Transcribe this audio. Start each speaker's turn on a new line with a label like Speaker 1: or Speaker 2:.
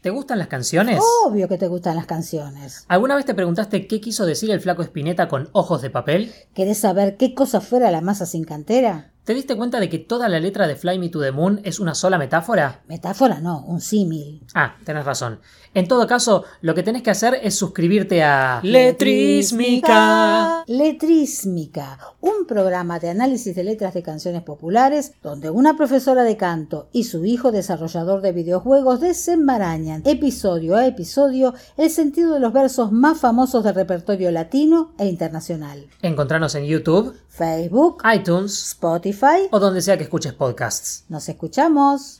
Speaker 1: ¿Te gustan las canciones?
Speaker 2: Obvio que te gustan las canciones.
Speaker 1: ¿Alguna vez te preguntaste qué quiso decir el flaco Espineta con ojos de papel?
Speaker 2: ¿Querés saber qué cosa fuera la masa sin cantera?
Speaker 1: ¿Te diste cuenta de que toda la letra de Fly Me to the Moon es una sola metáfora?
Speaker 2: Metáfora no, un símil.
Speaker 1: Ah, tenés razón. En todo caso, lo que tenés que hacer es suscribirte a Letrísmica.
Speaker 2: Letrísmica, un programa de análisis de letras de canciones populares donde una profesora de canto y su hijo desarrollador de videojuegos desenmarañan episodio a episodio el sentido de los versos más famosos del repertorio latino e internacional.
Speaker 1: Encontranos en YouTube,
Speaker 2: Facebook,
Speaker 1: iTunes
Speaker 2: Spotify,
Speaker 1: o donde sea que escuches podcasts.
Speaker 2: nos escuchamos.